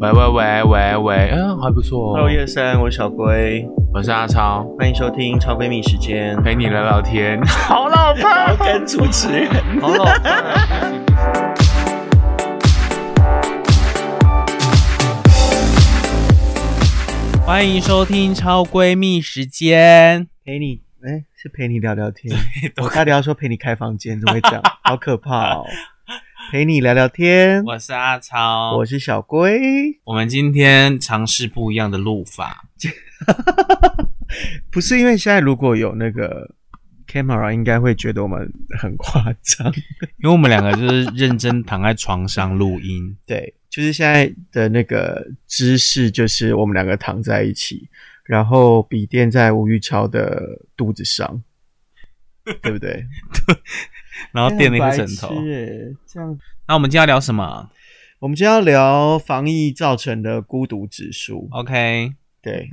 喂喂喂喂喂，嗯，还不错哦。 Hello，叶三，我是小龟，我是阿超，欢迎收听超闺蜜时间，陪你聊聊天。好老婆，然后跟主持人，好老婆。 欢迎收听超闺蜜时间。陪你，哎、是陪你聊聊 天。我差点要说陪你开房间，怎么会 这样？好可怕哦！陪你聊聊天，我是阿超，我是小龟，我们今天尝试不一样的录法。不是因为现在如果有那个 camera，应该会觉得我们很夸张。因为我们两个就是认真躺在床上录 音，对，就是现在的那个姿势，就是我们两个躺在一起，然后笔垫在吴玉超的肚子 上，对不对？然后垫了一个枕头。欸这样那我们今天要聊什么我们今天要聊防疫造成的孤独指数。 ？OK，对，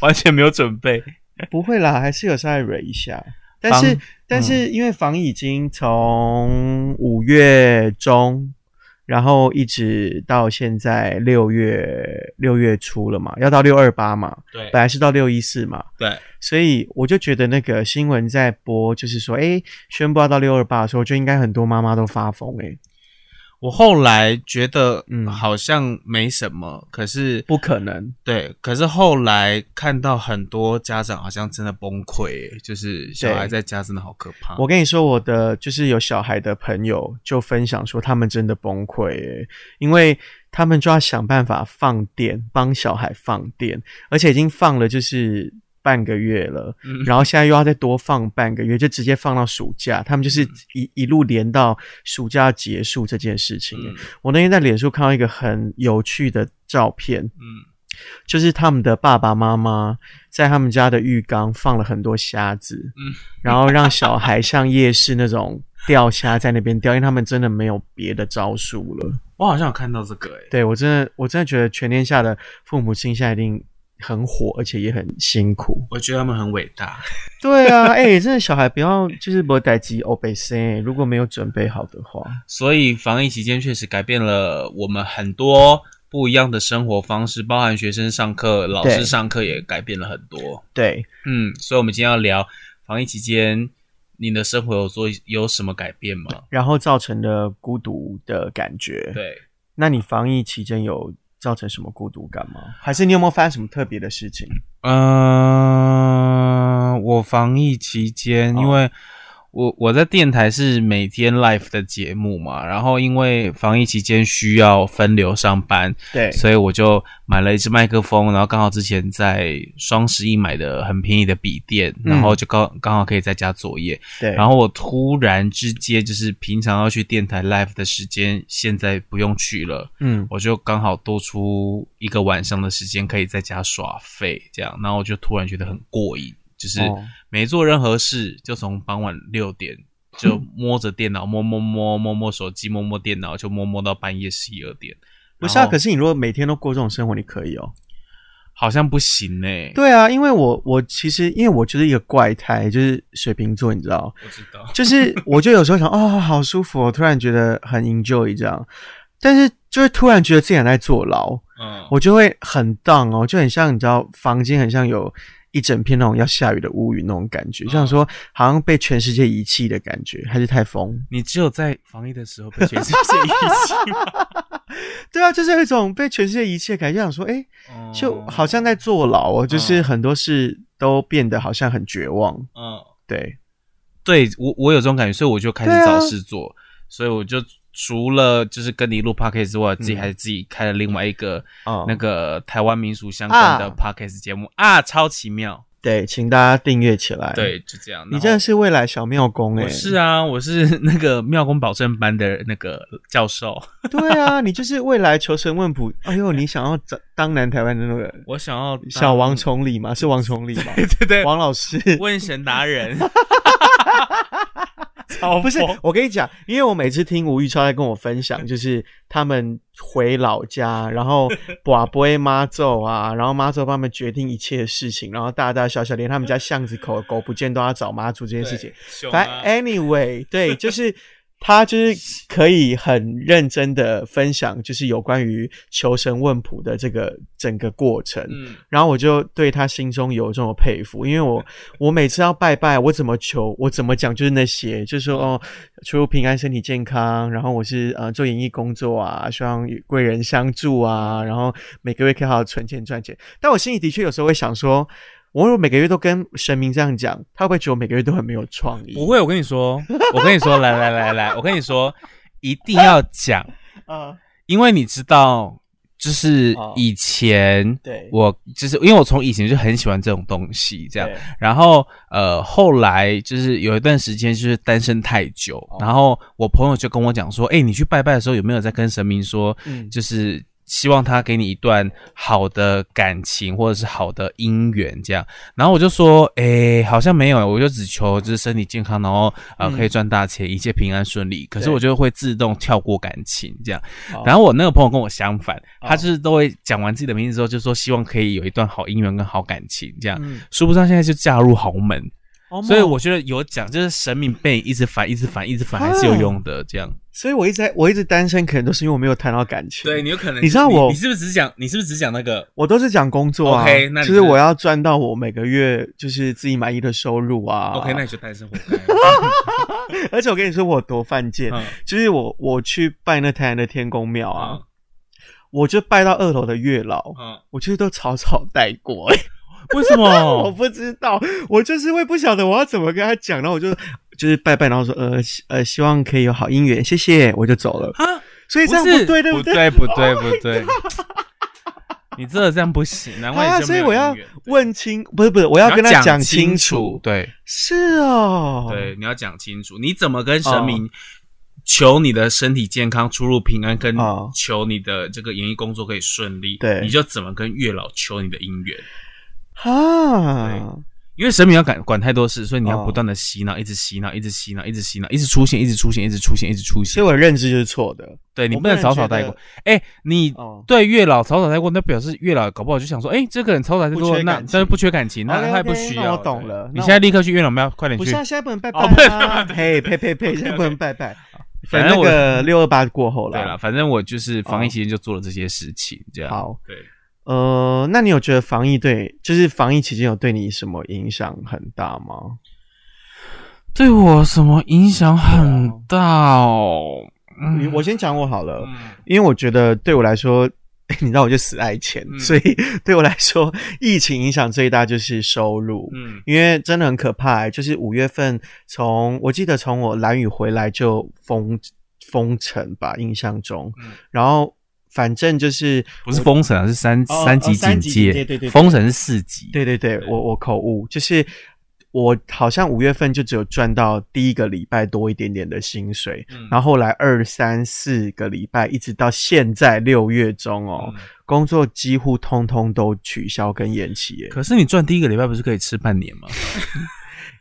完全没有准备。不会啦，还是有稍微蕊一下。但是防，嗯但是因为防疫已经从五月中，然后一直到现在六月六月初了嘛，要到六二八嘛，对本来是到六一四嘛，对，所以我就觉得那个新闻在播，就是说，诶，宣布要到六二八的时候，就应该很多妈妈都发疯，诶，我后来觉得嗯嗯好像没什么，可是不可能，对，可是后来看到很多家长好像真的崩溃，欸就是小孩对在家真的好可怕。我跟你说，我的就是有小孩的朋友就分享说，他们真的崩溃耶，因为他们就要想办法放电，帮小孩放电，而且已经放了就是半个月了，嗯然后现在又要再多放半个月，就直接放到暑假。他嗯们就是一一路连到暑假结束这件事情耶。嗯我那天在脸书看到一个很有趣的照片，嗯就是他们的爸爸妈妈在他们家的浴缸放了很多虾子，嗯然后让小孩像夜市那种钓虾在那边钓，因为他们真的没有别的招数了。我好像有看到这个欸诶、对我真的，我真的觉得全天下的父母亲现在一定很火，而且也很辛苦。我觉得他们很伟大。 对啊，哎、真的小孩不要就是不待机哦，被生，如果没有准备好的话，所以防疫期间确实改变了我们很多不一样的生活方式，包含学生上课、老对师上课也改变了很多。对，嗯，所以我们今天要聊防疫期间你的生活有做有什么改变吗？然后造成的孤独的感觉。对，那你防疫期间有造成什么孤独感吗？还是你有没有发生什么特别的事情？嗯、我防疫期间，哦因为我我在电台是每天 live 的节目嘛，然后因为防疫期间需要分流上班，对所以我就买了一支麦克风，然后刚好之前在双十一买的很便宜的笔电，嗯然后就刚刚好可以在家作业。对，然后我突然之间就是平常要去电台 live 的时间，现在不用去了，嗯，我就刚好多出一个晚上的时间可以在家耍废，这样，然后我就突然觉得很过瘾，就是哦没做任何事，就从傍晚六点。 就摸着电脑，摸摸摸摸摸手机，摸摸电脑，就摸摸到半夜十一二点。不是啊，然后可是你如果每天都过这种生活，你可以哦。好像不行呢、欸。，对啊，因为我我其实因为我就是一个怪胎，就是水瓶座，你知道，我知道。就是我就有时候想， 哦，好舒服、哦，突然觉得很 enjoy 这样，但是就会突然觉得自己很在坐牢，嗯，我就会很 down 哦，就很像你知道，房间很像有一整片那种要下雨的乌云那种感觉，就想说好像被全世界遗弃的感觉，还是太疯。你只有在防疫的时候被全 世界遗弃吗对啊，就是有一种被全世界遗弃的感觉，就想说，哎、嗯就好像在坐牢哦，就是嗯很多事都变得好像很绝望。嗯，对，对我我有这种感觉，所以我就开始对啊找事做，所以我就除了就是跟你录 podcast 之外，自己嗯还自己开了另外一个、哦那个台湾民俗相关的啊 podcast 节目啊超奇妙。对，请大家订阅起来。对，，就这样。哎你真的是、是未来小妙公哎、我是啊，我是那个妙公保证班的那个教授，对 啊，你就是未来求神问卜。哎呦，你想要当当南台湾的那个我想要当小王，崇礼吗？是王崇礼吗？ 对对对，王老师。问神达 人。 不是， 我跟你讲，因为我每次听吴玉超在跟我分享，就是他们回老家，然后寡不会妈咒啊，然后妈咒帮他们决定一切的事情，然后大大小小，连他们家巷子口的狗不见都要找妈祖这件事情。熊啊反正 anyway，对，就是他就是可以很认真的分享，就是有关于求神问卜的这个整个过程。嗯，然后我就对他心中有这种佩服，因 为我我每次要拜拜，我怎么求，我怎么讲就是那些，就是说哦，求平安、身体健康，然后我是呃做演艺工作啊，希望与贵人相助啊，然后每个月可以好好存钱赚钱。但我心里的确有时候会想说，我如果每个月都跟神明这样讲，他会不会觉得我每个月都很没有创意？不会，我跟你说， 我跟你说，来来来来，我跟你说，一定要讲，啊，因为你知道，就是哦以前对，我就是因为我从以前就很喜欢这种东西，这样。对然后呃，后来就是有一段时间就是单身太久，哦然后我朋友就跟我讲说，哎、你去拜拜的时候有没有在跟神明说，嗯就是希望他给你一段好的感情或者是好的姻缘这样？然后我就说，哎、好像没有，我就只求就是身体健康，然后呃嗯可以赚大钱，一切平安顺利。可是对我就会自动跳过感情这样。好然后我那个朋友跟我相反，哦他就是都会讲完自己的名字之后，就说希望可以有一段好姻缘跟好感情这样。嗯殊不知他现在就嫁入豪门，哦所以我觉得有讲就是神明被你一直烦、一直烦、一直烦还是有用的。这样，所以我一直在我一直单身，可能都是因为我没有谈到感情。你有可能你知道我你是不是只讲你是不是只讲那个？我都是讲工作啊 OK，那你就是是我要赚到我每个月就是自己满意的收入啊。 OK，那你就单身活该。而且我跟你说我有多犯贱，嗯就是我我去拜那台南的天公庙啊，嗯我就拜到二楼的月老，嗯，我就是都草草带过、欸为什我么？不知道，我就是会不晓得我要怎么跟他讲，然后我就就是拜拜，然后说呃希呃希望可以有好姻缘，谢谢，我就走了。啊，所以这样是不对，对不对？对，不对，不对。你这这样不行，难怪啊，你就所没以有我要姻缘问清，不是不是，我要你跟他讲清楚，。对。是哦，对，你要讲清楚，你怎么跟神明求你的身体健康、出入平安，跟哦求你的这个演艺工作可以顺利，对你就怎么跟月老求你的姻缘。哈，因为神明要管管太多事，所以你要哦不断的洗脑，一直洗脑，一直洗脑，一直洗脑，一直出现，一直出现，一直出现，一直出所现以。我的认知就是错的。对你我不能个人草草觉得带过。哎、你哦对月老草草带过，那表示月老搞不好就想说，哎、这个人草草带不缺过，那感情但是不缺感情，那 OK，OK，他也不需那要。我懂了对那你我现在立刻去月老庙，快点不去是、。啊，现在不能拜拜哦不啊！嘿，呸呸呸，现在不能拜拜。等反正那我个六二八过后对了，了。哦反正我就是防疫期间就做了这些事情，这样。，好，对。呃，那你有觉得防疫对，就是防疫期间有对你什么影响很大吗？对我什么影响很大哦？啊你嗯，我先讲我好了，嗯因为我觉得对我来说， 你知道我就死爱钱，嗯所以对我来说，疫情影响最大就是收入。嗯因为真的很可怕、欸就是五月份从我记得从我蓝屿回来就封封城吧，印象中，嗯然后反正就是不是封城啊，是三哦三级哦警三级警戒，戒对对对对封城是四级，对对对，我我口误，就是我好像五月份就只有赚到第一个礼拜多一点点的薪水，嗯然后后来二三四个礼拜，一直到现在六月中哦，嗯工作几乎通通都取消跟 延期欸耶。可是你赚第一个礼拜不是可以吃半年吗？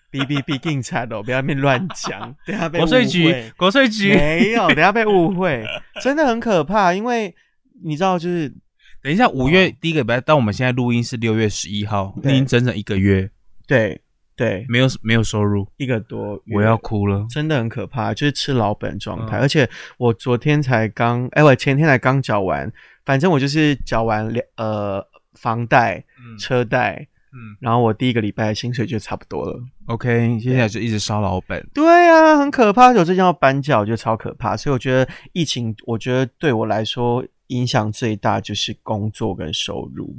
B B B 更惨哦，不要在那边乱 讲，等下被国税误局会，国税局， 没有，等下被误 会，真的很可怕，因为你知道就是。等一下，五月第一个礼拜，但我们现在录音是六月十一号，哦对已经整整一个月对对，没有没有收入，一个多月，我要哭了。真的很可怕，就是吃老本状态。嗯而且我昨天才刚，哎、我前天才刚缴完，反正我就是缴完两呃房贷、嗯车贷，嗯然后我第一个礼拜的薪水就差不多了。 ，OK，接下来就一直烧老本。对对啊，很可怕。我最近要搬家，我觉得超可怕。所以我觉得疫情，我觉得对我来说影响最大就是工作跟收入。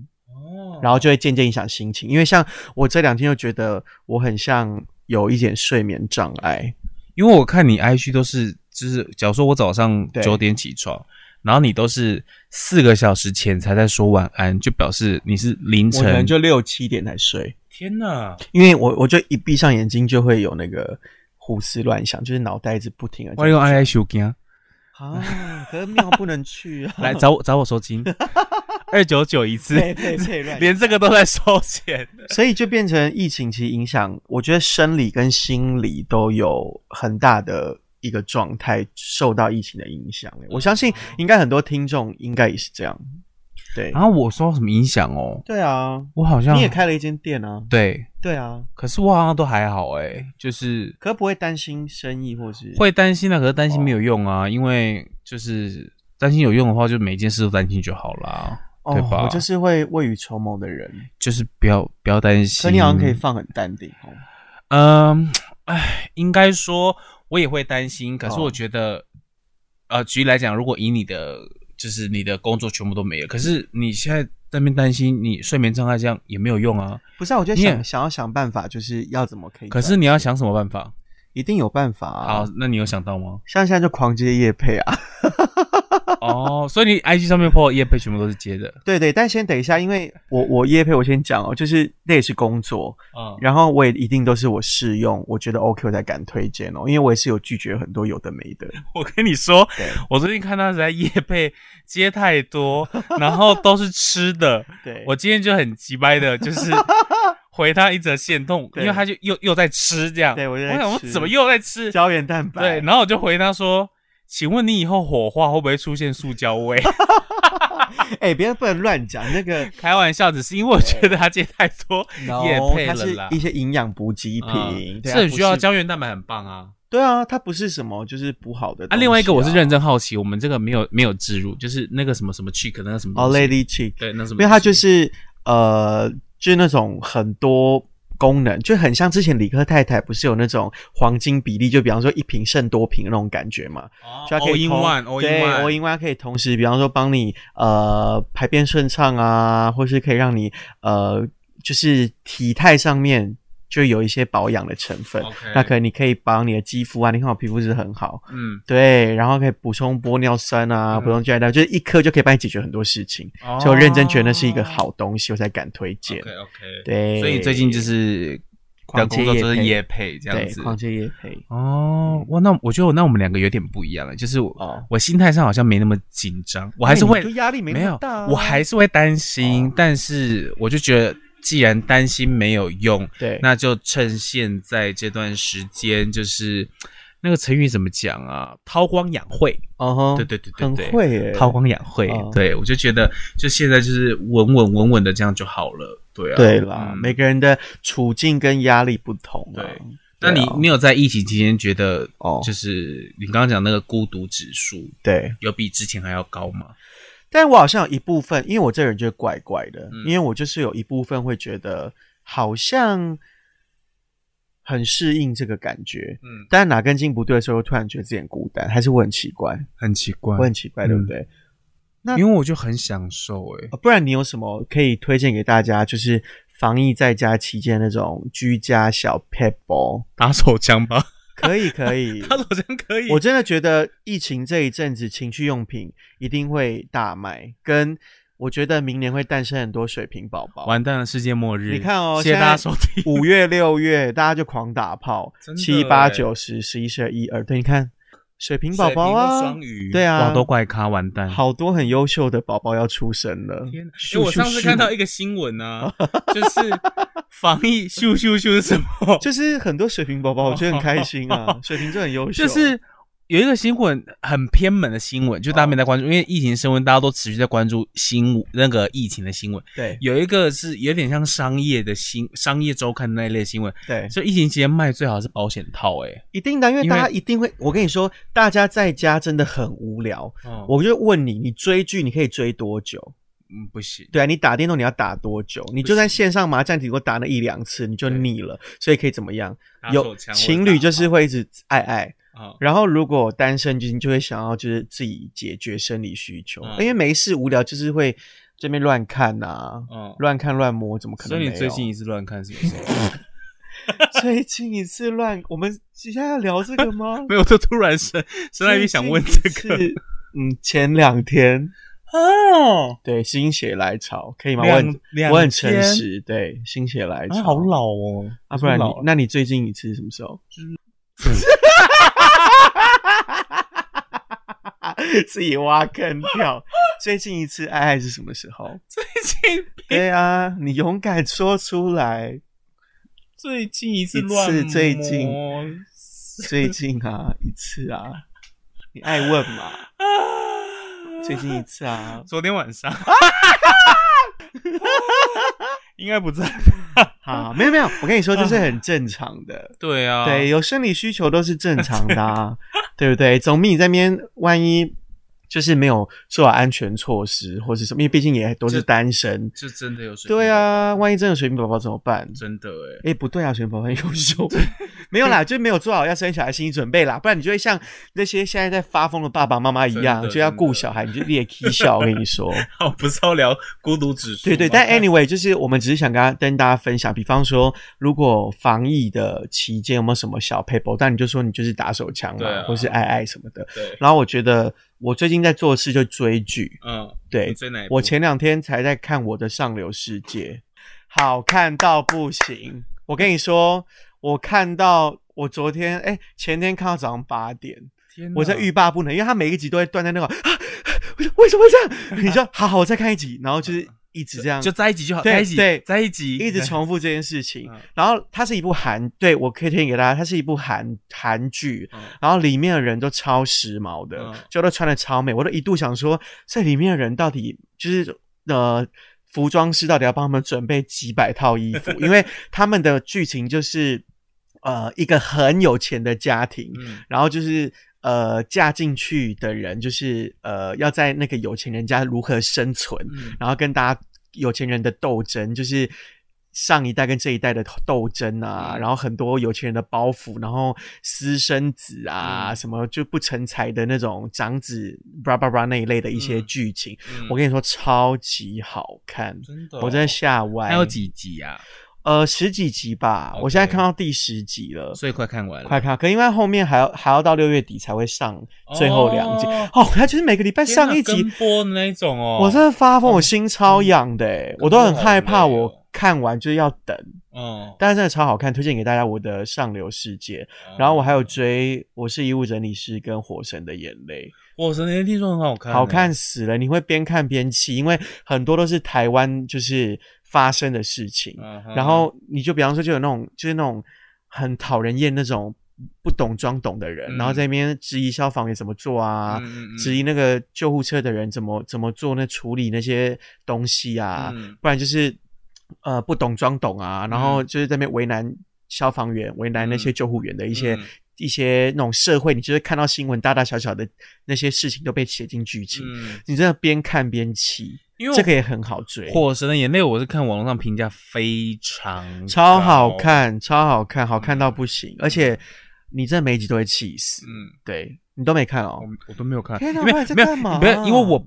然后就会渐渐影响心情，因为像我这两天就觉得我很像有一点睡眠障碍，因为我看你 IG 都是，就是假如说我早上对九点起床，然后你都是四个小时前才在说晚安，就表示你是凌我可能晨。就六七点才睡。天哪！因为我我就一闭上眼睛就会有那个胡思乱想，就是脑袋一直不停的。我用 AI 手机 啊，，啊，可是庙不能去啊来找我找我收 金，二九九一次，对对对，乱连这个都在收钱。所以就变成疫情，其实影响，我觉得生理跟心理都有很大的一个状欸哦态受到疫情的影响。我相信应该很多听众应该也是这样。对然，后我受到什么影响哦？对啊，我好像你也开了一间店啊，对，对啊，可是我好像都还好哎、就是可不会担心生意或是会担心啊，可是担心没有用哦啊，因为就是担心有用的话，就每一件事都担心就好啦，哦对吧我就是会未雨绸缪的人，就是不要不要担心。可你好像可以放很淡定哦。嗯，哎，应该说我也会担哦心，可是我觉得，呃，举例来讲，如果以你的就是你的工作全部都没有，可是你现在在那边担心你睡眠障碍，这样也没有用啊。不是啊，我就你也想想要想办法，就是要怎么可以可转。是你要想什么办法？一定有办法啊！？好，，那你有想到吗像现在就狂接夜配啊。 哦，所以你 IG 上面 po 的页配全部都是接的，对对，但先等一下，因为我我夜配我先讲哦，就是那也是工作，嗯，然后我也一定都是我试用，我觉得 OK 我才敢推荐哦，因为我也是有拒绝很多有的没 的。我跟你说对，我最近看他在夜配接太多，然后都是吃的。对我今天就很急掰的，就是 回他一则线动，因对为他就又又在吃这样。对我就在想我吃怎么又在吃？胶原蛋白，对，然后我就回他说：“请问你以后火化会不会出现塑胶味 哎，别人不能乱讲那个？”开玩笑，只是因为我觉得他接太多 no，夜配它了是啦。一些营养补给嗯品，对 是啊很需要。不胶原蛋白，很棒啊。对啊，它不是什么就是补好的东啊，西另外一个我是认真好奇，我们这个没有没有植入，就是那个什么什么 chick 那个什么哦东西，Lady Cheek，对，那什因么东西，为它就是呃，就是那种很多功能，就很像之前理科太太不是有那种黄金比例，就比方说一瓶胜多瓶那种感觉嘛，就它可哦 all 以 in 同 one，all 对 in all one， in one 可以同时，比方说帮你呃排便顺畅啊，或是可以让你呃就是体态上面。就有一些保养的成分 OK 那可能你可以帮你的肌肤啊，你看我皮肤是很好，嗯，对，然后可以补充玻尿酸啊，嗯哦补充胶原蛋白，就是一颗就可以帮你解决很多事情。所以我认真觉得那是一个好东西，我才敢推荐。 OK OK，对，哦所以最近就是的狂接工作就是业夜配这样对子。狂接夜配哦，哇，那我觉得那我们两个有点不一样了，就是我哦，我心态上好像没那么紧张，我还是会那你就压力没没那有么大啊，哦我还是会担心，但是我就觉得既然担心没有用，对那就趁现在这段时间，就是那个成语怎么讲啊？韬光养晦。哦吼，对对对对很对，会耶，韬光养晦。哦对我就觉得，就现在就是稳稳稳稳的这样就好了。对啊，对啦，嗯每个人的处境跟压力不同啊。对那对你啊你有在疫情期间觉得，哦就是你刚刚讲那个孤独指数，对，有比之前还要高吗？但我好像有一部分，因为我这人就是怪怪的，嗯因为我就是有一部分会觉得好像很适应这个感觉。嗯，但哪根筋不对的时候，突然觉得自己很孤单，还是我很奇怪，很奇怪我很奇怪，对不嗯对？那因为我就很享受哎、呃不然你有什么可以推荐给大家？就是防疫在家期间那种居家小 p e b b l 打手枪吧， 可以可以。打手枪可以。我真的觉得疫情这一阵子，情趣用品一定会大卖，跟我觉得明年会诞生很多水瓶宝宝。完蛋了，世界末日！你看哦谢谢大家收 听。五月、六月，大家就狂打炮真，的七八欸九十十一十二一二，对，你看水瓶宝宝啊双，鱼，对啊哇，都怪咖，完蛋。好多很优秀的宝宝要出生了。天哪！因咻哎为我上咻次咻看到一个新闻 啊，就是防疫咻咻咻是什么？就是很多水瓶宝宝，我觉得很开 心啊，水瓶就很优秀，就是有一个新闻很偏门的新闻，就大家没在关注，因为疫情升温，大家都持续在关注新那个疫情的新闻。对有一个是有点像商业的新商业周刊那一类新闻，对，所以疫情期间卖最好是保险套、欸。一定的，因为因为大家一定会，我跟你说，大家在家真的很无聊。哎、嗯，我就问你，你追剧你可以追多久？嗯不行，对啊，你打电动你要打多久？你就算线上麻将，顶多打那一两次你就腻了，所以可以怎么样？打手有枪情侣就是会一直爱爱，啊、然后如果单身就就会想要就是自己解决生理需求，嗯因为没事无聊就是会这边乱看呐、啊，嗯，乱看乱摸，怎么可所能没以有？你最近一次乱看是不是？ 最近一次乱，我们现在要聊这个 吗？没有，就突然生生来最一近想问这一个次。嗯，前两天 哦，对心血来潮可以吗？我两很两我很诚天实，对心血来潮。啊，好老 哦，啊，不然你老了那你最近一次是什么时候？ 自己挖坑跳。最近一次爱爱是什么时候？最近对啊，你勇敢说出来。最近一次一次乱摸最近 最近啊，一次啊， 你爱问嘛？啊 最近一次啊， 昨天晚上应该不在。好，没有没有，我跟你说这是很正常的，对 啊，对，，有生理需求都是正常的、啊， 对不对？总比你在那边万一就是没有做好安全措施或是什么，因为毕竟也都是这单身，是真的有水。对，啊，万一真的有水瓶宝宝怎么办？真的哎、 哎、不对啊，水瓶宝宝很优秀，没有啦，就没有做好要生小孩心理准备啦，不然你就会像那些现在在发疯的爸爸妈妈一样，真的就要顾真的小孩，你就裂踢笑。我跟你说，好，不是要聊孤独指数吗。对对，但哎 anyway，就是我们只是想跟大家跟大家分享，比方说，如果防疫的期间有没有什么小 paper，但你就说你就是打手枪嘛，对啊或是爱爱什么的。对，然后我觉得我最近在做的事就追剧，嗯，对你追哪一部？我前两天才在看我的《上流世界》，好看到不行。我跟你说，我看到我昨天哎前天看到早上八点，天哪我在欲罢不能，因为他每一集都会断在那个啊，为什么会这样？你就好好，我再看一集，然后就是一直这样，啊就在一起就好，对在一起，对在一起，一直重复这件事情嗯。然后它是一部韩，对我可以推荐给大家，它是一部韩韩剧。嗯然后里面的人都超时髦的嗯，就都穿的超美，我都一度想说，这里面的人到底就是呃。服装师到底要帮他们准备几百套衣 服？因为他们的剧情就是，呃，一个很有钱的家庭，嗯然后就是呃，嫁进去的人就是呃，要在那个有钱人家如何生存，嗯然后跟大家有钱人的斗争，就是上一代跟这一代的斗争啊，嗯然后很多有钱人的包袱，然后私生子啊，嗯什么就不成才的那种长子，叭叭叭那一类的一些嗯剧情，嗯我跟你说超级好看，真的哦，我真的吓歪。还有几集啊？呃十几集吧，我现在 OK 看到第十集了。所以快看完了，快看！可因为后面还要还要到六月底才会上最后两集哦哦，他就是每个礼拜上一天哪集跟，播的那一种哦，嗯我真的发疯，我心超痒的、欸，我都很害怕，好累哦我看完就是要等，嗯，但是真的超好看，推荐给大家我的《上流世界》，然后我还有追《我是遗物整理师》跟《火神的眼泪我神天听说很好看》，欸，好看死了，你会边看边气，因为很多都是台湾就是发生的事情，嗯哼，然后你就比方说就有那种就是那种很讨人厌那种不懂装懂的人，嗯然后在那边质疑消防员怎么做啊，嗯，质疑那个救护车的人怎么怎么做那处理那些东西啊，嗯不然就是呃不懂装懂啊，然后就是在那边为难消防员、为难那些嗯救护员的一些、嗯一些那种社会，你就会看到新闻大大小小的那些事情都被写进剧情，嗯，你真的边看边气，因为这个也很好追，火神的眼泪，我是看网络上评价非常超好高，嗯看，超好看，好看到不行，而且你这每一集都会气死，嗯，对你都没看哦我。我都没有看，天哪因为不然在没有干嘛啊没有，因为我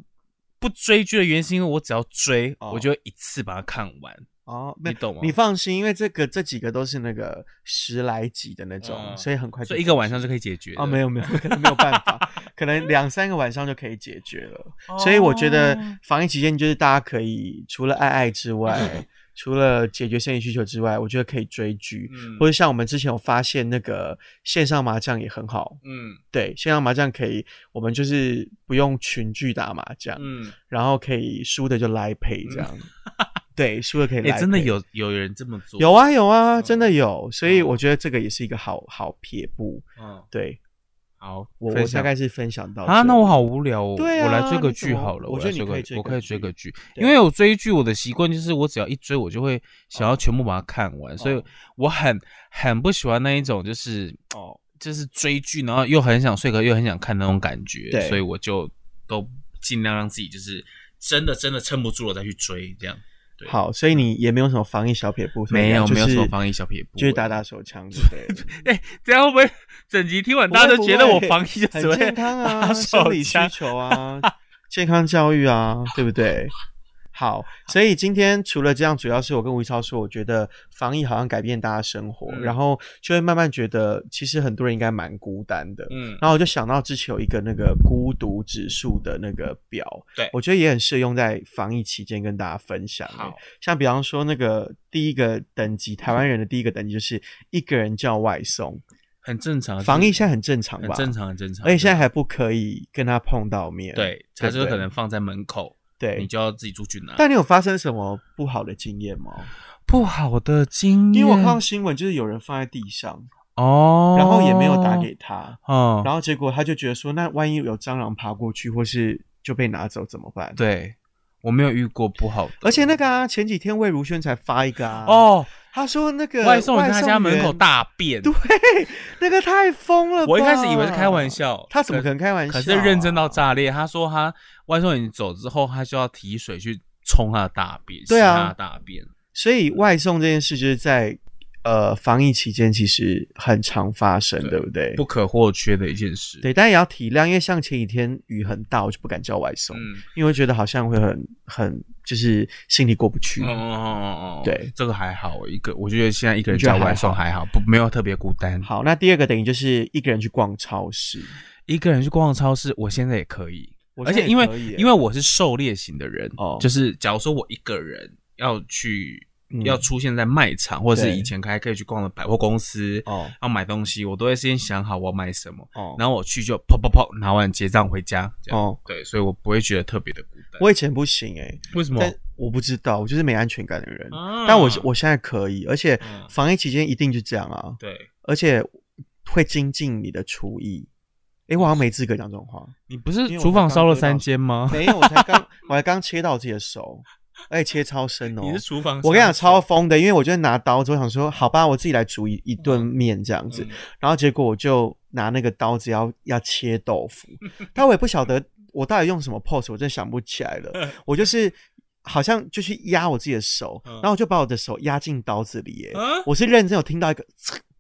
不追剧的原因是因为我只要追，哦我就会一次把它看完，哦，没你懂吗？你放心，因为这个这几个都是那个十来集的那种，嗯所以很快就所以一个晚上就可以解决啊、没有没有，可能没有办法， 可能两三个晚上就可以解决了。有所以我觉得哦防疫期间就是大家可以除了爱爱之嗯外，除了解决生理需求之外，我觉得可以追剧，嗯或者像我们之前有发现那个线上麻将也很好，嗯对，线上麻将可以我们就是不用群聚打麻将，嗯，然后可以输的就来赔这样，对，输的可以哎、来、真的。有有人这么做，有，啊有啊，真的嗯有，所以嗯我觉得这个也是一个好好撇步。嗯，对好，我分我大享概是分享到啊，这那我里好无聊哦。对我啊来追个你剧怎么好了。我来觉得你追可以个追我个可以剧追个剧，对因为我追剧我的习惯就是我只要一追我就会想要全部把它看完，所以我很很不喜欢那一种就是哦，就是追剧，然后又很想睡，可又很想看那种感觉对，所以我就都尽量让自己就是真的真的撑不住了再去追这样。对，好，所以你也没有什么防疫小撇步，没有对不对没有什么就是防疫小撇步就是欸打打手枪，对不对？这样会不会整集听完 不大家会都不觉得我会防疫就只很会健康啊，打生手理需枪 求啊，健康教育啊，对不对？好，所以今天除了这样，主要是我跟吴一超说，我觉得防疫好像改变大家生活，嗯然后就会慢慢觉得，其实很多人应该蛮孤单的。嗯然后我就想到之前有一个那个孤独指数的那个表，对我觉得也很适用在防疫期间跟大家分享欸、好像比方说那个第一个等级，台湾人的第一个等级就是一个人叫外送，很正常，防啊就疫是现在很正常很吧？正常很正常，而且现在对还不可以跟他碰到面，对，才对是不对可能放在门口，你对。就要自己出去拿。但你有发生什么不好的经验吗？不好的经验，因为我看到新闻，就是有人放在地上，哦，然后也没有打给他，哦，然后结果他就觉得说，那万一有蟑螂爬过去，或是就被拿走怎么办？对，我没有遇过不好的，而且那个啊，前几天魏如萱才发一个啊，哦，哦，他说那个外送人在他家门口员，大便，对，那个太疯了吧。我一开始以为是开玩笑，他怎么可能开玩笑、啊可是认真到。炸裂，他说他外送员走之后，他就要提水去冲他的大便，对啊洗他的大便。所以外送这件事就是在呃防疫期间其实很常发生，对对不对？不可或缺的一件事。，对，但也要体谅，因为像前几天雨很大，我就不敢叫外送，嗯，因为觉得好像会很很就是心里过不去。哦哦哦哦，对，这个还好，一个我觉得现在一个人你觉叫得还好外送还好，不没有特别孤单。好，那第二个等于就是一个人去逛超市，一个人去逛超市，我现在也可以，我而且现在因为也可以耶因为我是狩猎型的人，哦就是假如说我一个人要去。嗯要出现在卖场，或者是对以前还可以去逛的百货公司，哦要买东西，我都会先想好我要买什么，哦，然后我去就砰砰砰拿完结账回家，这样、哦，对，所以我不会觉得特别的孤单。我以前不行哎、为什么？但我不知道，我就是没安全感的人。啊但我我现在可以，而且嗯防疫期间一定就这样啊，对而且会精进你的厨艺。诶，我好像没资格讲这种 话。你不因为是我厨房刚烧了割到三间吗？没有，我才刚， 我才刚切到我自己的手，而且切超深哦。你是厨房，我跟你讲超疯的，因为我就拿刀子，我想说好吧，我自己来煮一一顿面这样子，嗯然后结果我就拿那个刀子要要切豆腐，但我也不晓得我到底用什么 pose，我真的想不起来了，我就是。好像就去压我自己的手，嗯然后我就把我的手压进刀子里耶。啊我是认真有听到一个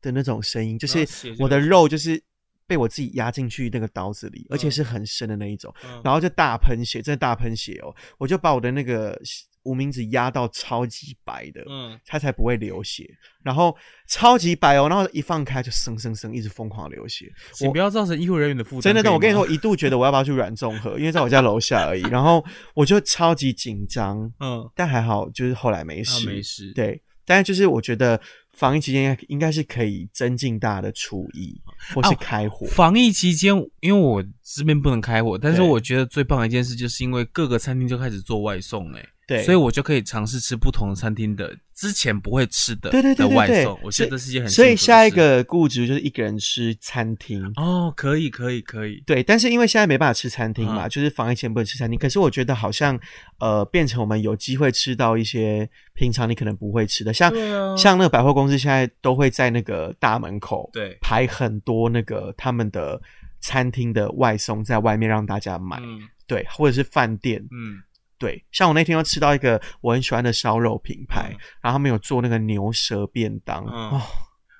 的那种声音，就然是后血就我的肉就是被我自己压进去那个刀子里，而且是很深的那一种。嗯然后就大喷血，真的大喷血哦！我就把我的那个无名指压到超级白的，嗯，它才不会流血。然后超级白哦，然后一放开就生生生一直疯狂流血。请不要造成医护人员的负担。真的，可以我跟你吗 说，我，一度觉得我要不要去软综合，因为在我家楼下而已。然后我就超级紧张，嗯，但还好，就是后来没啊事。没事，，对，但是就是我觉得防疫期间应该是可以增进大家的厨艺，或是哦开火。防疫期间，因为我这边不能开火，但是对我觉得最棒的一件事，就是因为各个餐厅就开始做外送嘞、对，所以我就可以尝试吃不同餐厅的之前不会吃的对对的对对外对送，，我觉得这是一件很所以所幸以福的下一事个雇主就是一个人吃餐厅。哦，可以可以可以，对，但是因为现在没办法吃餐厅嘛，嗯就是防疫前不能吃餐厅。可是我觉得好像，呃，变成我们有机会吃到一些平常你可能不会吃的，像、对啊像那个百货公司现在都会在那个大门口对排很多那个他们的餐厅的外送在外面让大家买，嗯对，或者是饭店，嗯对，像我那天又吃到一个我很喜欢的烧肉品牌，嗯然后他们有做那个牛舌便当，嗯哦，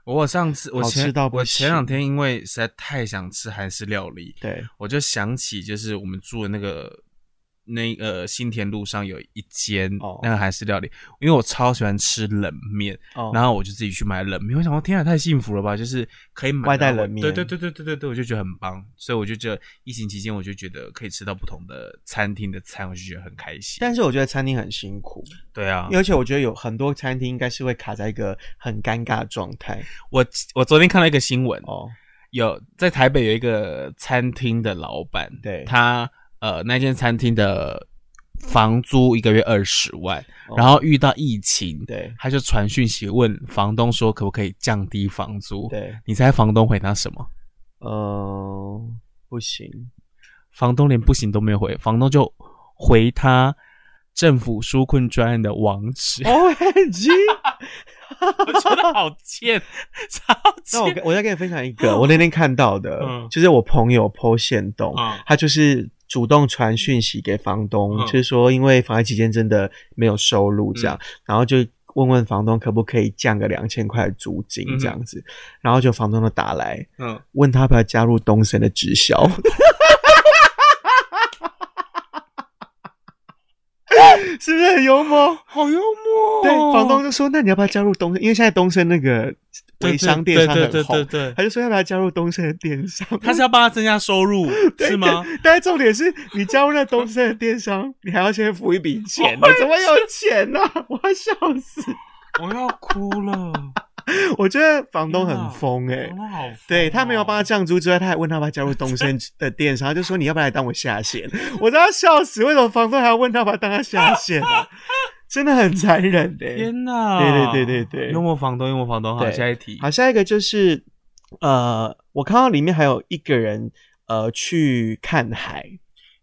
我上次我好前吃到不我前两行天因为实在太想吃韩式料理，对，我就想起就是我们住的那个那个新田路上有一间哦那个韩式料理，因为我超喜欢吃冷面，哦，然后我就自己去买冷面，我想说天啊太幸福了吧，就是可以买外带到我冷面对对对对对对对，我就觉得很棒，所以我就觉得疫情期间我就觉得可以吃到不同的餐厅的餐，我就觉得很开心。但是我觉得餐厅很辛苦，对啊，而且我觉得有很多餐厅应该是会卡在一个很尴尬的状态我我昨天看到一个新闻，哦。有在台北有一个餐厅的老板，对他呃那间餐厅的房租一个月二十万，哦然后遇到疫情，对他就传讯息问房东说可不可以降低房租？，对，你猜房东回答什么？呃，不 行，房东连不行都没有回，房东就回他政府纾困专案的网址， O M G！哦我觉得好 贱，超那我贱跟我再跟你分享一个，我那天看到的，嗯就是我朋友 PO 线动，啊！他就是主动传讯息给房东，嗯就是说因为防疫期间真的没有收入这样，嗯然后就问问房东可不可以降个两千块租金这样子，然后就房东就打来嗯，问他要不要加入东森的直销， 是不是很幽默？好幽默哦对，房东就说那你要不要加入东森？因为现在东森那个对对微商电商对对很对红。对对，他就说要不要加入东森的电商？他是要帮他增加收 入是吗？但是重点是你加入那东森的电商，你还要先付一笔钱， 你怎么有钱呢、我要笑死！我要哭了，我觉得房东很疯哎、我好、对他没哦有帮他，降租之外，他还问他要不要加入东森 的电商，他就说你要不要来当我下线？我都要笑死，为什么房东还要问他要不要当他下线呢、真的很残忍的、嗯哦天哪！对对对对对幽默房东，幽默房东，好，对下一题，好，下一个就是呃，我看到里面还有一个人呃去看海，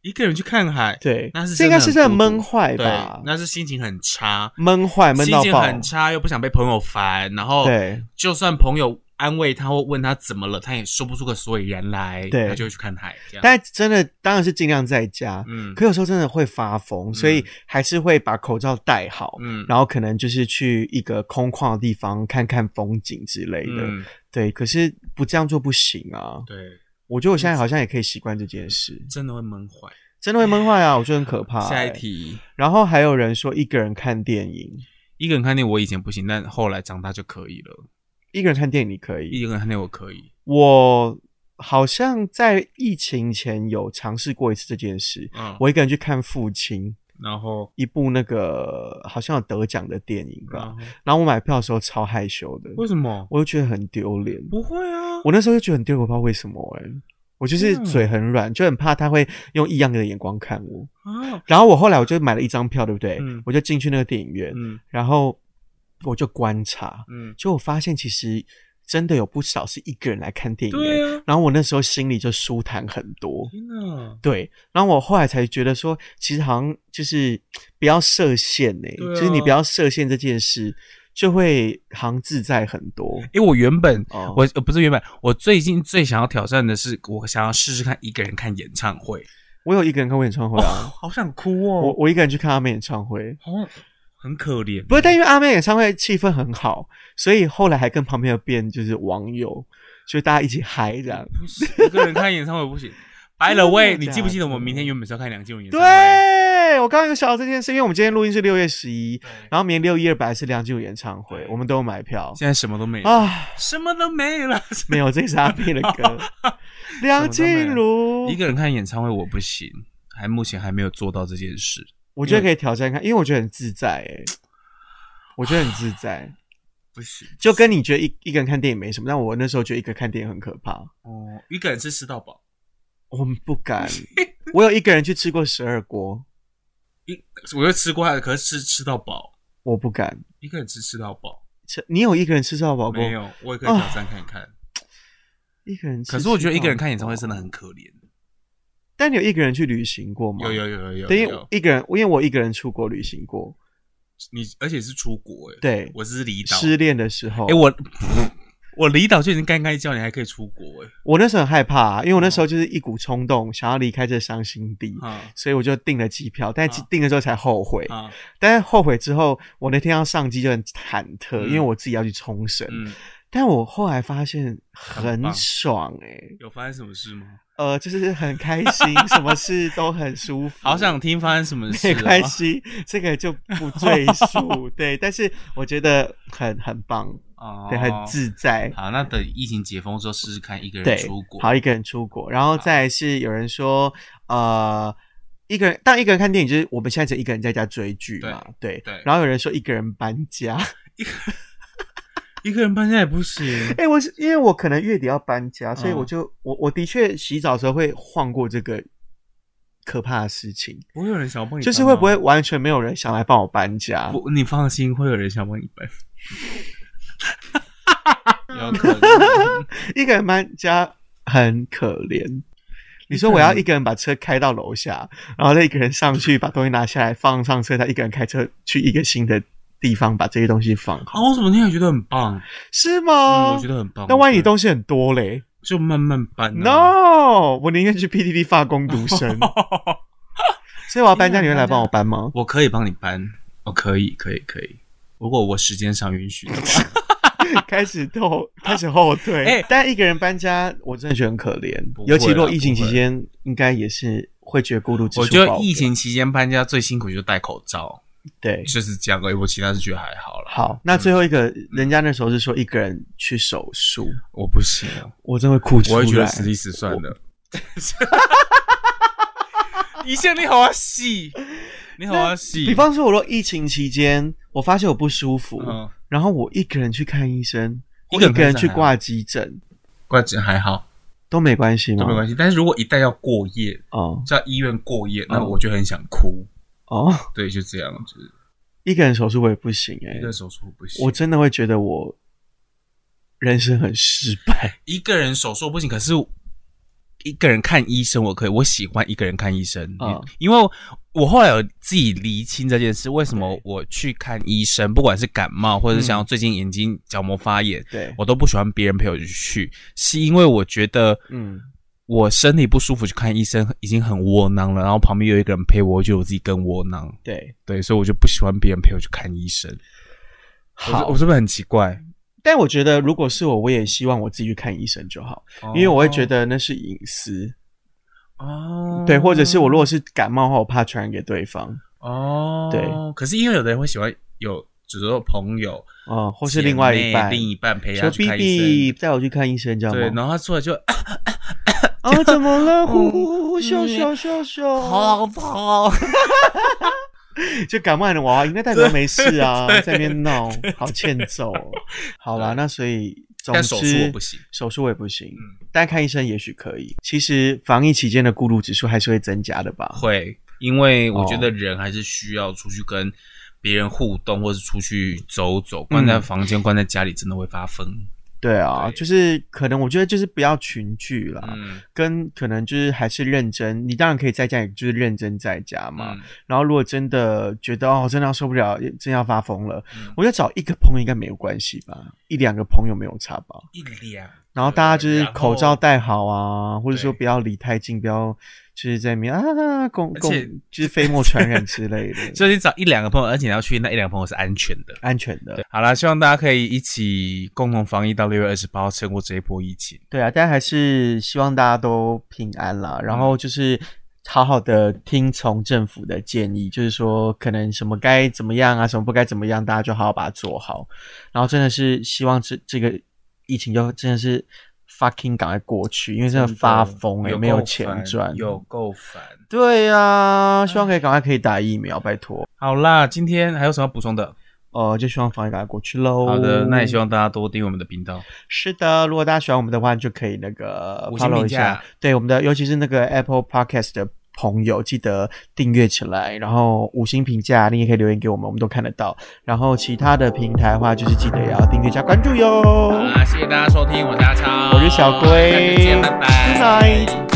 一个人去看海，对，那是这应该是真的在很孤独闷坏对吧，？那是心情很差，闷坏闷心到情爆，很差，又不想被朋友烦，然后对就算朋友安慰他或问他怎么了，他也说不出个所以然来，对他就会去看海，这样，但真的当然是尽量在家，啊嗯可有时候真的会发疯，所以还是会把口罩戴好，嗯，然后可能就是去一个空旷的地方看看风景之类的。嗯，对，可是不这样做不行啊！对，嗯我觉得我现在好像也可以习惯这件事，真的会闷坏。真的会闷坏啊！我觉得很可怕、下一。题，然后还有人说一个人看电影，一个人看电影我以前不行，但后来长大就可以了。一个人看电影你可以。一个人看电影我可以，我好像在疫情前有尝试过一次这件事，嗯，我一个人去看《父亲》然后一部那个好像有得奖的电影吧然。后然后我买票的时候超害羞的，嗯为什么？我就觉得很丢脸。不会啊，我那时候就觉得很丢脸，我不知道为什么哎、我就是嗯嘴很软，就很怕他会用异样的眼光看我。啊，然后我后来我就买了一张票，对不对？嗯我就进去那个电影院，嗯然后我就观察，嗯，就我发现其实真的有不少是一个人来看电影的。对啊，嗯然后我那时候心里就舒坦很多。天哪，对，然后我后来才觉得说，其实好像就是不要设限呢、对啊就是你不要设限这件事，就会好像自在很多。因为我原本哦，我呃不是原本，我最近最想要挑战的是，我想要试试看一个人看演唱会，我有一个人看过演唱会啊，好想哭我哦，我一个人去看阿妹演唱会。好很可怜，不是，但因为阿妹演唱会气氛很好，所以后来还跟旁边的变就是网友，所以大家一起嗨这样。不行，一个人看演唱会不行。By 真的 the way，假你记不记得的我们明天原本是要看梁静茹演唱会？对，我刚刚有想到这件事，因为我们今天录音是六月十一，然后明天六一二本来是梁静茹演唱会，对我们都有买票现在什么都没了，啊。什么都没了。没有，这是阿妹的 歌，梁静茹一。个人看演唱会我不行，还目前还没有做到这件事。我觉得可以挑战看，因为我觉得很自在、欸，我觉得很自在，不行就跟你觉得一一个人看电影没什么，但我那时候觉得一个人看电影很可怕。哦，一个人吃吃到饱，我们 不敢。我有一个人去吃过十二锅，一我就吃过它的，可是吃吃到饱，我不敢。一个人吃吃到饱吃你有一个人吃到饱过？没，有，我也可以挑战看看。一个啊人吃。可是我觉得一个人看演唱会真的……很可怜。但你有一个人去旅行过吗？有。有有有有等于有，一个人，因为我一个人出国旅行过，你而且是出国哎，对，我是离岛，失恋的时候，哎我我离岛就已经干干叫，你还可以出国哎。我那时候很害怕、啊因为我那哦时候就是一股冲动，想要离开这伤心地。啊所以我就订了机票，但啊订了之后才后悔。啊但是后悔之后，我那天要上机就很忐忑，嗯因为我自己要去冲绳。嗯，但我后来发现很很棒爽哎、有发生什么事吗？呃，就是很开心，什么事都很舒服。 好想听发生什么事没哦。关系，这个就不赘 述。对，但是我觉得很很棒，哦，对，很自在。好，那等疫情解封之后试试看一个人对出国。，好一个人出国，然后再来是有人说，呃，一个人当一个人看电影，就是我们现在只一个人在家追剧嘛，对对然后有人说一个人搬家， 一个人搬家也不行。哎、我是因为我可能月底要搬家，所以嗯我就、我我的确洗澡的时候会晃过这个可怕的事情，不会有人想要帮你搬吗，就是会不会完全没有人想来帮我搬家？不？你放心，会有人想帮你 搬。有可能。一个人搬家很可怜。你说我嗯要一个人把车开到楼下，然后再一个人上去把东西拿下来放上车，再一个人开车去一个新的地方把这些东西放好，啊，我怎么听起来觉得很棒？是嗯，吗我？觉得很棒。哦那万一我觉得东西很多嘞就慢慢搬啊。 ？No，我宁愿去 PTT 发工 读生。所以我要搬家，你会来帮我搬吗？ 我可以帮你搬，我可以，可以，可以。如果我时间上允许的话，开始后开始后退。哎但一个人搬家，我真的觉得很可怜不，会啦尤其如果疫情期间，应该也是会觉得孤独指数我觉爆得表疫情期间搬家最辛苦就是戴口罩，对就是这样而已。我其他是觉得还好啦。好，那最后一个，人家那时候是说一个人去手术，我不行啊，我真会哭出我来。会觉得死里死算 的。一线你好啊戏，你好啊戏。比方说，我若疫情期间，我发现我不舒服，嗯，然后我一个人去看医生，一我个人一个人看去诊挂急诊，关键还好，都没关系吗？都没系。关系。但是如果一旦要过夜，哦在医院过夜，那嗯我就很想哭。哦，对，就这样，就是一个人手术我也不行哎、一个手术不行，我真的会觉得我人生很失败。 一个人手术不行，可是一个人看医生，我可以，我喜欢一个人看医生，嗯因为我后来有自己厘清这件事，为什么我去看医生，不管是感冒或者嗯是像最近眼睛角膜发炎，对，我都不喜欢别人陪我去，是因为我觉得，嗯嗯，我身体不舒服去看医生已经很窝囊了，然后旁边有一个人陪我，我觉得我自己更窝囊，对，对，所以我就不喜欢别人陪我去看医生。我是好我。是不是很奇怪？但我觉得如果是我，我也希望我自己去看医生就好，因为我会觉得那是隐私。哦，对，或者是我如果是感冒的话，我怕传染给对方，哦，对。可是因为有的人会喜欢有，只是说朋友嗯，或是姐妹啊另外一半，另一半陪他说去 B 看医 B 生。带我去看医生，这样对，吗？然后他出来就啊啊，怎 么了？呼呼呼呼，笑笑笑笑，嗯好痛，就感冒的娃娃应该代表没 事啊，在那边闹，好欠揍哦。好啦，那所以总但手术我之不行。手术我也不行嗯，但看医生也许可以。其实防疫期间的顾虑指数还是会增加的吧？ 会，因为我觉哦得人还是需要出去跟别人互动，或是出去走走。关嗯在房间、关在家里，真的会发疯。对啊，对就是可能我觉得就是不要群聚啦，嗯，跟可能就是还是认真。你当然可以在家，也就是认真在家嘛。嗯然后如果真的觉得哦，真的要受不了，真要发疯了，嗯我就找一个朋友应该没有关系吧，一两个朋友没有差吧。一两，然后大家就是对然后口罩戴好啊，或者说对不要离太近，不要就是在面啊，共而共且就是飞沫传染之 类的，所以你找一两个朋友，而且你要去那一两个朋友是安全的。安全的。好啦，希望大家可以一起共同防疫到六月二十八号，撑过这一波疫情。对啊，但还是希望大家都平安啦。然嗯后就是好好的听从政府的建议，就是说可能什么该怎么样啊，什么不该怎么样，大家就好好把它做好。然后真的是希望这这个疫情就真的是 fucking 赶快过去，因为真的发疯也、有没有够钱烦赚。有够烦。对呀、啊，希望可以赶快可以打疫苗，拜托。好啦，今天还有什么要补充的？呃，就希望防疫赶快过去喽。好的，那也希望大家多订阅我们的频道。是的，如果大家喜欢我们的话，就可以那个五星 follow 一评价下，对我们的，尤其是那个 Apple Podcast 的朋友，记得订阅起来，然后五星评价，你也可以留言给我们，我们都看得到。然后其他的平台的话，就是记得要订阅加关注哟。好啦，谢谢大家收听，我是阿超，我是小龟下次见，拜拜，拜拜